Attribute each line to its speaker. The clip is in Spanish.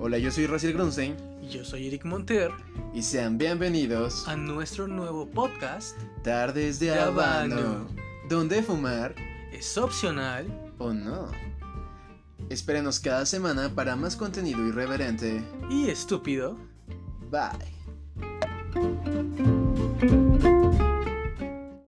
Speaker 1: Hola, yo soy Raciel Grunstein
Speaker 2: Y yo soy Eric Monter
Speaker 1: y sean bienvenidos
Speaker 2: a nuestro nuevo podcast
Speaker 1: Tardes de
Speaker 2: De Habano.
Speaker 1: Habano, donde fumar
Speaker 2: Es opcional
Speaker 1: o no. Espérenos cada semana para más contenido irreverente.
Speaker 2: y estúpido
Speaker 1: Bye.